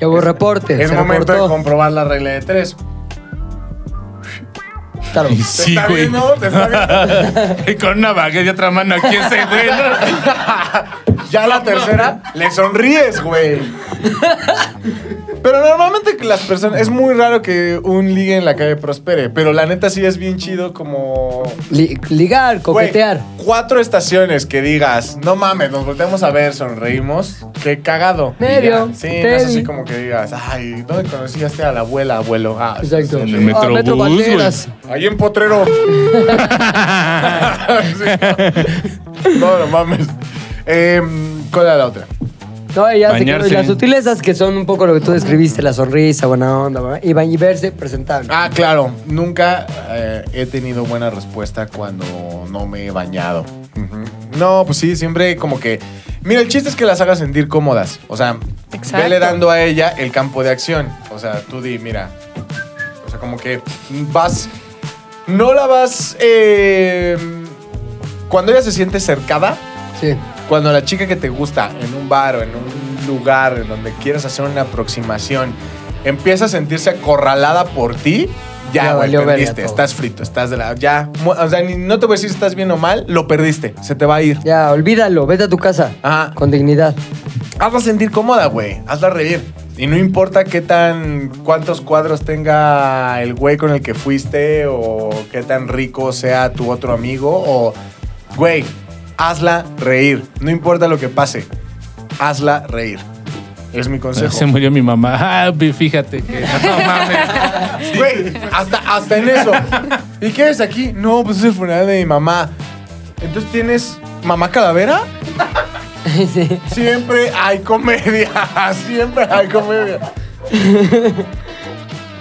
Ya hubo reporte. es se momento de reportó. comprobar la regla de tres. Claro. ¿Te Sí, está güey. viendo? ¿Te está <laughs> viendo? Con una baguette y otra mano aquí ese, güey. ¿no? Ya la tercera, le sonríes, güey. Pero normalmente que las personas. Es muy raro que un ligue en la calle prospere. Pero la neta sí es bien chido como. Li- ligar, Güey, coquetear. cuatro estaciones que digas, no mames, nos volteamos a ver, sonreímos. Qué cagado. Y Medio, ya. Sí, te no es vi. así como que digas, ay, ¿dónde conociste a la abuela, abuelo? Ah, Exacto. En sí, el sí. metro. Ah, Metro Metrobús, güey. Banderas. Ahí en Potrero. Sí. No, no mames. Em, ¿Cuál era la otra? No, y ya se Bañarse. quedó. Y las sutilezas que son un poco lo que tú describiste, la sonrisa, buena onda, ¿verdad? y bañ- y verse presentable. Ah, claro. Nunca eh, he tenido buena respuesta cuando no me he bañado. Ujú. No, pues sí, siempre como que. Mira, el chiste es que las hagas sentir cómodas. O sea, Exacto. vele dando a ella el campo de acción. O sea, tú di, mira. O sea, como que vas. No la vas. eh, cuando ella se siente cercada, Sí. cuando la chica que te gusta en un bar o en un lugar en donde quieras hacer una aproximación empieza a sentirse acorralada por ti, ya, Ya güey, valió verga perdiste, todo. estás frito, estás de la. Ya, mu- o sea, ni- no te voy a decir si estás bien o mal, lo perdiste, se te va a ir. Ya, olvídalo, vete a tu casa. Ajá. Con dignidad. <laughs> Hazla sentir cómoda, güey, hazla reír. Y no importa qué tan. cuántos cuadros tenga el güey con el que fuiste o qué tan rico sea tu otro amigo o. Güey, hazla reír. No importa lo que pase, hazla reír. Es mi consejo. Se murió mi mamá. Ah, vi- fíjate que. No mames. Güey, hasta, hasta en eso. ¿Y qué es aquí? No, pues es el funeral de mi mamá. Entonces tienes mamá calavera. sí. Siempre hay comedia. <laughs> Siempre hay comedia.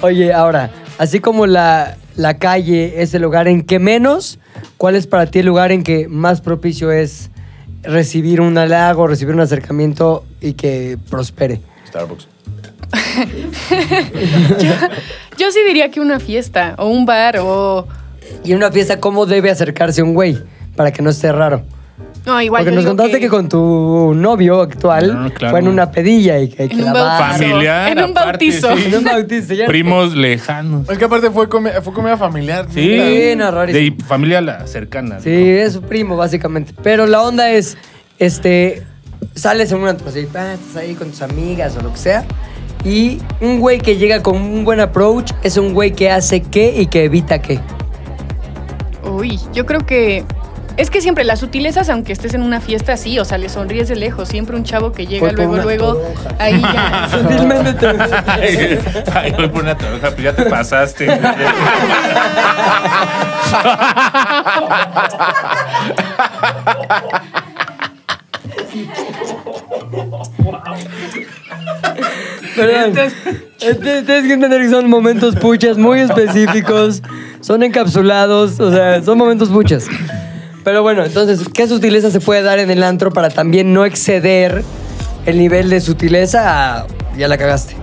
Oye, ahora, así como la, la calle es el lugar en que menos, ¿cuál es para ti el lugar en que más propicio es recibir un halago, recibir un acercamiento y que prospere? Starbucks. Yo sí diría que una fiesta o un bar o... Y en una fiesta, ¿cómo debe acercarse un güey para que no esté raro? No, igual Porque yo nos digo contaste que... con tu novio actual Ah, No, claro. fue en una pedilla y que, que En la un va- bautizo. Familiar. En un aparte, bautizo. sí. En un bautizo, ya. <laughs> Primos lejanos. Es que aparte fue, come- fue comida familiar. Sí. Sí, no, de rarísimo. familia la cercana. Sí, <laughs> es su primo, básicamente. Pero la onda es, este, sales en una, pues, ahí, pa, estás ahí con tus amigas o lo que sea. Y un güey que llega con un buen approach es un güey que hace qué y que evita qué. Uy, yo creo que... Es que siempre las sutilezas, aunque estés en una fiesta así, o sea, le sonríes de lejos. Siempre un chavo que llega Voy por luego, una luego, toronja. ahí ya. <laughs> Sutilmente te- Ay, ay, voy por una toronja, pues ya te pasaste. güey. Perdón. Este- Tienes que entender que son momentos puchas muy específicos, son encapsulados, o sea, son momentos puchas. Pero bueno, entonces, ¿qué sutileza se puede dar en el antro para también no exceder el nivel de sutileza? a, ya la cagaste.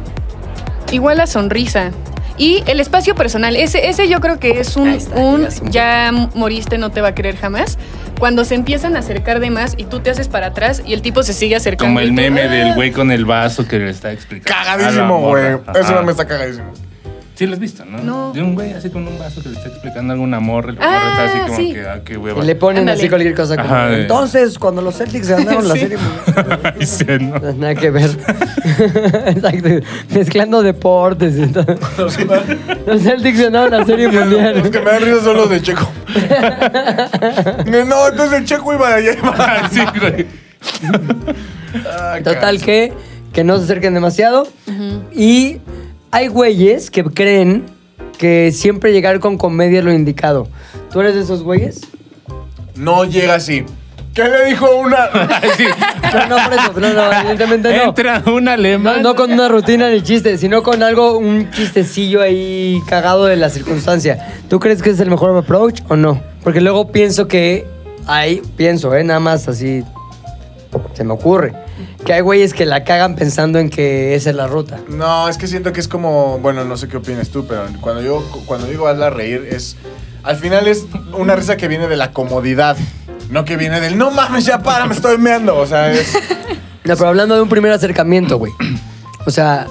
Igual la sonrisa. Y el espacio personal. Ese, ese yo creo que es un, Ahí está, un llegas un- ya moriste, no te va a querer jamás. Cuando se empiezan a acercar de más y tú te haces para atrás y el tipo se sigue acercando. Como el y tú, meme "Ah". del güey con el vaso que le está explicando. a la Cagadísimo, morra. güey. Eso Ajá. no me está cagadísimo. Sí, lo has visto, ¿no? No. De un güey así con un vaso que le está explicando a algún amor. El Ah, morro está así como sí. que, ah, qué Y hueva. <laughs> le ponen Ándale. así cualquier cosa. Como, Ajá, de- Entonces, cuando los Celtics ganaron la <laughs> Sí. serie... <laughs> Y se, ¿no? <laughs> <laughs> No, Nada que ver. <laughs> Exacto. Mezclando deportes y <laughs> todo. Los que me Los Celtics ganaron la serie mundial. dan risa son los de <laughs> Checo. No, entonces el Checo iba a llevar. Ah, sí, güey. Ah, <laughs> Total cagazo. que, que no se acerquen demasiado. Y hay güeyes que creen que siempre llegar con comedia es lo indicado. ¿Tú eres de esos <laughs> güeyes? No llega así. ¿Qué le dijo una? Ah, sí. No, no, por eso. No, no, evidentemente <laughs> no. Entra un alemán. No, no con una rutina ni chiste, sino con algo, un chistecillo ahí cagado de la circunstancia. ¿Tú crees que es el mejor approach o no? Porque luego pienso que hay, pienso, ¿eh? nada más así se me ocurre, que hay güeyes que la cagan pensando en que esa es la ruta. No, es que siento que es como, bueno, no sé qué opinas tú, pero cuando yo cuando digo hazla reír es al final es una risa que viene de la comodidad, no que viene del no mames, ya para, me estoy meando, o sea, es No, pero hablando de un primer acercamiento, güey. O sea,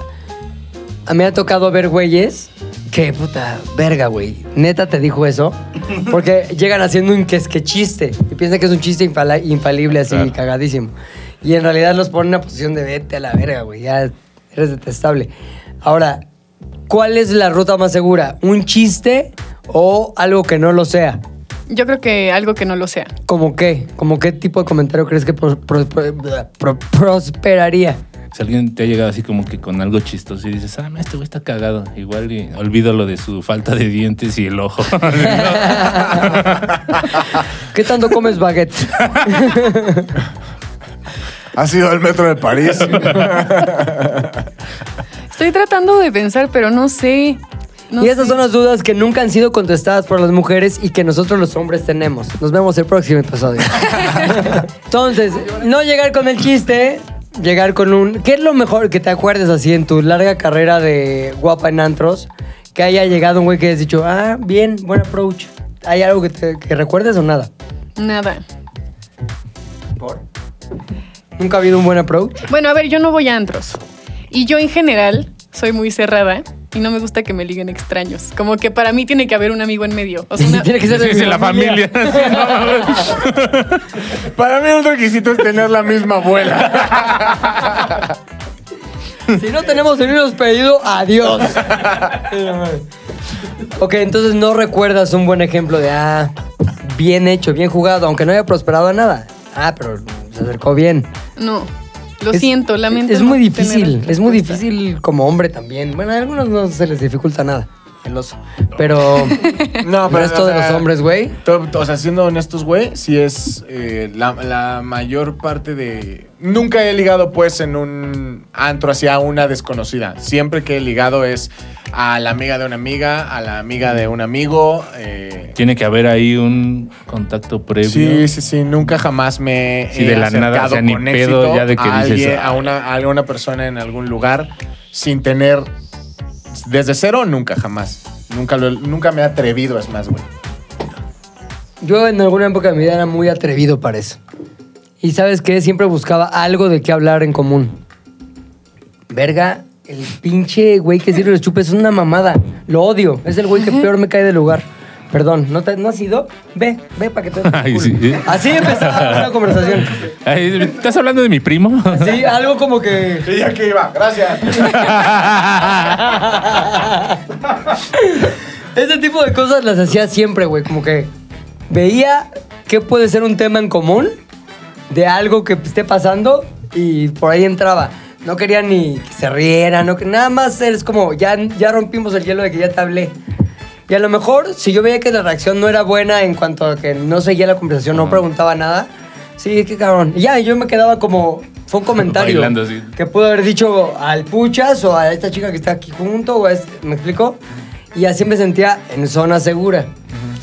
a mí me ha tocado ver güeyes que puta verga, güey. Neta te dijo eso. Porque llegan haciendo un que es que chiste. Y piensan que es un chiste infala- infalible, así, Claro. cagadísimo. Y en realidad los ponen en una posición de vete a la verga, güey. Ya eres detestable. Ahora, ¿cuál es la ruta más segura? ¿Un chiste o algo que no lo sea? Yo creo que algo que no lo sea. ¿Cómo qué? ¿Cómo qué tipo de comentario crees que pro- pro- pro- pro- prosperaría? Si alguien te ha llegado así como que con algo chistoso y dices, ah, no, este güey está cagado. Igual y olvido lo de su falta de dientes y el ojo. <laughs> ¿Qué tanto comes baguette? ha sido el metro de <laughs> París. Estoy tratando de pensar, pero <laughs> no sé. No y esas sé. son las dudas que nunca han sido contestadas por las mujeres y que nosotros los hombres tenemos. Nos vemos el próximo <laughs> episodio. Entonces, no llegar con el chiste, llegar con un... ¿Qué es lo mejor que te acuerdes así en tu larga carrera de guapa en antros? Que haya llegado un güey que has dicho, ah, bien, buen approach. ¿Hay algo que, te- que recuerdes o nada? Nada. ¿Nunca ha habido un buen approach? Bueno, a ver, yo no voy a antros. Y yo en general soy muy cerrada y no me gusta que me liguen extraños. Como que para mí tiene que haber un amigo en medio. <laughs> O sea, una- Tiene que ser de Sí, mi sí, la familia. <laughs> <laughs> Para mí un requisito es tener la misma abuela. Si no tenemos el mismo pedido, <laughs> adiós. ok, entonces no recuerdas un buen ejemplo de, ah, bien hecho, bien jugado, aunque no haya prosperado en nada. Ah, pero se acercó bien. No, lo Es- siento, lamento. Es muy no difícil, tener es muy respuesta. difícil como hombre también. Bueno, a algunos no se les dificulta nada, el oso. Pero <laughs> <laughs> no, pero es o todo de sea, los hombres, güey. to- O sea, siendo honestos, güey, sí es eh, la, la mayor parte de... Nunca he ligado, pues, en un antro hacia una desconocida. Siempre que he ligado es a la amiga de una amiga, a la amiga de un amigo. eh, Tiene que haber ahí un contacto previo. Sí, sí, sí. Nunca jamás me Sí, de la nada, acercado o sea, ni con pedo éxito ya de que a, dices, "Ah". alguien- a, "Ay". una, a alguna persona en algún lugar sin tener... Desde cero, nunca, jamás. Nunca, lo- nunca me he atrevido, es más, güey. Yo en alguna época de mi vida era muy atrevido para eso. Y sabes qué, siempre buscaba algo de qué hablar en común. Verga, el pinche güey que sirve los chupes es una mamada. Lo odio. Es el güey que peor me cae del lugar. Perdón, ¿no, te- no has ido? Ve, ve para que <laughs> te... <laughs> Ay, sí. Así empezaba una conversación. Ay, ¿Estás hablando de mi primo? <laughs> Sí, algo como que... Y aquí iba, gracias. <laughs> <laughs> Ese tipo de cosas las hacía siempre, güey. Como que veía qué puede ser un tema en común de algo que esté pasando y por ahí entraba. No quería ni que se riera, no que nada más es como ya, ya rompimos el hielo de que ya te hablé. Y a lo mejor, si yo veía que la reacción no era buena en cuanto a que no seguía la conversación, no preguntaba nada, sí, qué cabrón. Y ya, yo me quedaba como. Fue un comentario Bailando así. que pudo haber dicho al Puchas o a esta chica que está aquí junto, o a este- ¿me explico? Y así me sentía en zona segura.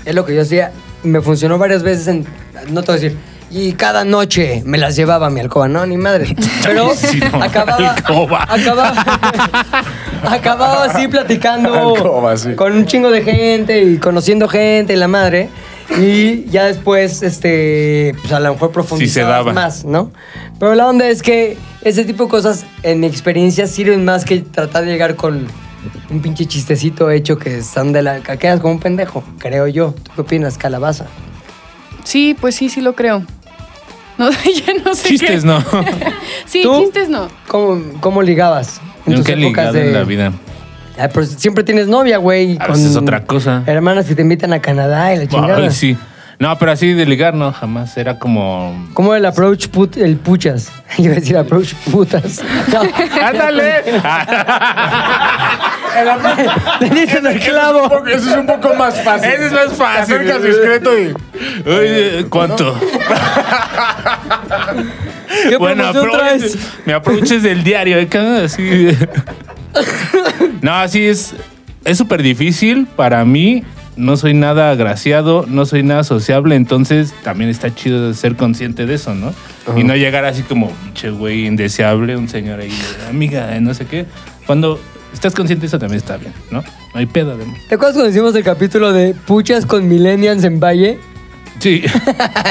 Es lo que yo hacía. Me funcionó varias veces en, no te voy a decir, y cada noche me las llevaba a mi alcoba, no, ni <laughs> madre. Pero Sí, no, acababa, alcoba. acababa, acababa así platicando Alcoba, sí. con un chingo de gente y conociendo gente y la madre. Y ya después, este, pues a lo mejor profundizabas daba. más, ¿no? Pero la onda es que ese tipo de cosas, en mi experiencia, sirven más que tratar de llegar con un pinche chistecito hecho que están de la... Quedas como un pendejo, creo yo. ¿Tú qué opinas, calabaza? Sí, pues sí, sí lo creo. No, <laughs> ya no sé. Chistes, qué. no. <laughs> Sí, ¿Tú? chistes no. ¿Cómo, cómo ligabas? en tus Nunca he épocas ligado de- en la vida. Ay, Ah, pero siempre tienes novia, güey. A veces Ah, pues es otra cosa. Hermanas que te invitan a Canadá y la chingada. Ay, sí. No, pero así de ligar, no, jamás. Era como. <laughs> <laughs> ¿Cómo el approach put, el puchas? <laughs> Yo iba a decir approach <laughs> putas. No. ¡Ándale! <laughs> Le dicen <laughs> el clavo. Eso es un poco más fácil. Ese es más fácil. Te acercas discreto y. Eh, Oye, ¿cuánto? ¿Qué promoción aproveches- traes? me aproveches del diario, ¿eh? cabrón? Así. No, así es. Es súper difícil para mí. No soy nada agraciado, no soy nada sociable, entonces también está chido ser consciente de eso, ¿no? Y no llegar así como, che, güey, indeseable, un señor ahí, amiga, eh, no sé qué. Cuando estás consciente de eso también está bien, ¿no? No hay pedo, además. ¿Te acuerdas cuando hicimos el capítulo de puchas con millennials en Valle? <laughs> Sí,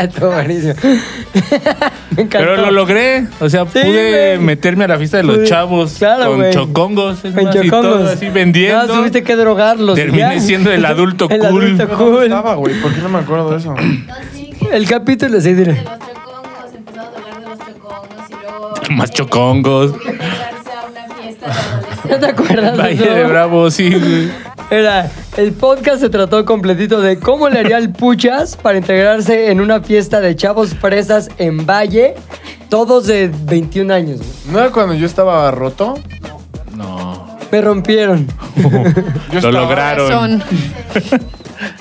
Estuvo buenísimo. <laughs> Me encantó. pero lo logré. O sea, Sí, pude güey. meterme a la fiesta de los Pude- chavos claro, con güey. chocongos. es En más, y todo Chocongos. Ah, así vendiendo. No, tuviste que drogarlos. Terminé ya. siendo el adulto <laughs> El cool. adulto cool. Estaba, güey. ¿Por qué no me acuerdo de eso? El capítulo, sí, diré. de los chocongos, empezamos a hablar de los chocongos y luego... Más <laughs> chocongos. Quería Integrarse a una fiesta de adolescentes. ¿No te acuerdas de Valle de eso? Bravo, sí. <laughs> güey. Era, el podcast se trató completito de cómo le haría el Puchas para integrarse en una fiesta de chavos presas en Valle, todos de 21 años. güey. <clears throat> ¿No era cuando yo estaba roto? No. Me rompieron. Lo estaba- lograron. Son.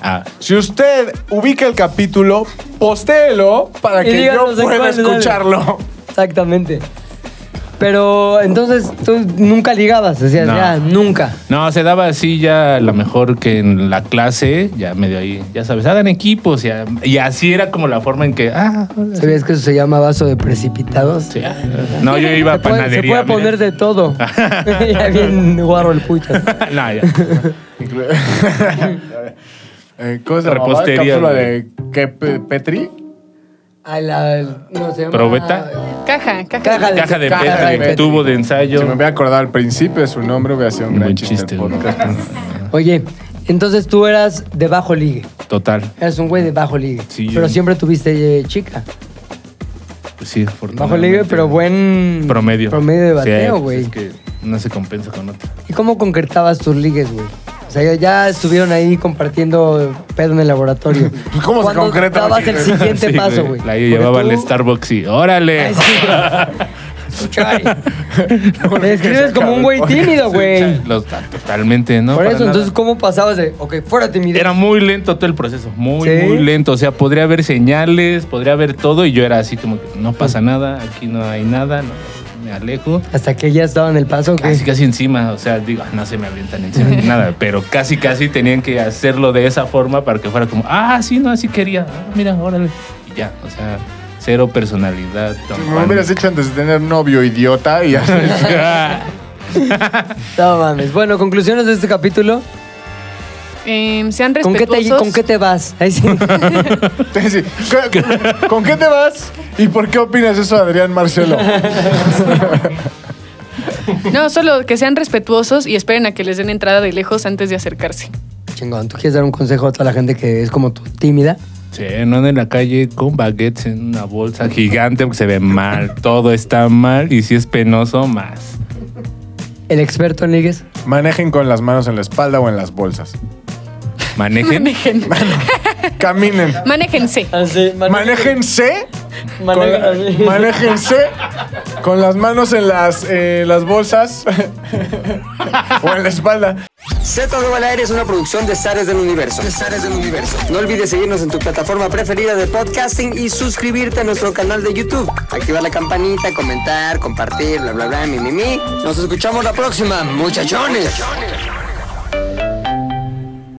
Ah, Si usted ubica el capítulo, postéelo para Y que yo díganos en pueda cuál, dale. escucharlo. Exactamente. Pero entonces tú nunca ligabas, decías, No. ya, nunca. No, se daba así ya a lo mejor que en la clase, ya medio ahí, ya sabes, hagan equipos. Y, a- y así era como la forma en que, ah, hola, ¿Sabías que eso se llama vaso de precipitados? sí, ah. No, yo iba a se, puede, se panadería. puede poner de mira. todo. ya bien guarro el pucha. <laughs> no, ya. Eh, ¿Cómo se llamaba? Repostería, ¿Cápsula güey. de qué, Pe- Petri? Ay, la, el- no, se llama- ¿Probeta? Caja, caja. Caja de- Caja de Caja Petri, de Petri. tubo de ensayo. Si me voy a acordar al principio de su nombre, voy a hacer un Buen gran chiste. chiste, del podcast. Oye, entonces tú eras de bajo ligue. Total. Eras un güey de bajo ligue. Sí, yo- pero siempre tuviste eh, chica. Pues Sí, Bajo ligue, pero buen... Promedio. Promedio de Sí, bateo, pues, güey. es que no se compensa con otra. ¿Y cómo concretabas tus ligues, güey? O sea, ya- ya estuvieron ahí compartiendo pedo en el <laughs> laboratorio. Pues, ¿cómo se ¿Cuándo concreta, dabas güey? el siguiente Sí, paso, güey? La Porque llevaba tú- al Starbucks y <laughs> órale. Ay, sí. <laughs> Chay. Te describes como un güey tímido, güey. Los- totalmente, ¿no? Por Para eso, nada. entonces, ¿cómo pasabas de, ok, fuera timidez? Era muy lento todo el proceso, muy, ¿Sí? muy lento. O sea, podría haber señales, podría haber todo y yo era así como que no pasa nada, aquí no hay nada, no, me alejo. Hasta que ya estaba en el paso, que Casi, casi encima, o sea, digo, "Ah, no se me avientan encima, ni nada, pero casi, casi tenían que hacerlo de esa forma para que fuera como, ah, sí, no, así quería, ah, mira, órale. Y ya, o sea, cero personalidad. don Si Me Juan. hubieras hecho antes de tener novio idiota y <laughs> ya. No mames. Bueno, conclusiones de este capítulo. Em, sean ¿Con qué, te, respetuosos. ¿Con qué te vas? Ahí <laughs> sí. Te decía, "¿Con- ¿Con qué te vas? ¿Y por qué opinas eso, <laughs> Adrián Marcelo? No, solo que sean respetuosos y esperen a que les den entrada de lejos antes de acercarse. Chingón, ¿tú quieres dar un consejo a toda la gente que es como tú, tímida? <laughs> Sí, no anden en la calle con baguettes en una bolsa gigante porque se ve mal, todo está mal y si es penoso, más. El experto en ligues. Manejen con las manos en la espalda o en las bolsas. <laughs> Manejen. Manejen. <laughs> Caminen. Manéjense. Así, Manéjense. Con la- manéjense con las manos en las, eh, las bolsas o en la espalda. Z de al aire es una producción de Zares del Universo. De Zares del Universo. No olvides seguirnos en tu plataforma preferida de podcasting y suscribirte a nuestro canal de YouTube. Activar la campanita, comentar, compartir, bla, bla, bla, mi, mi, mi. Nos escuchamos la próxima, muchachones.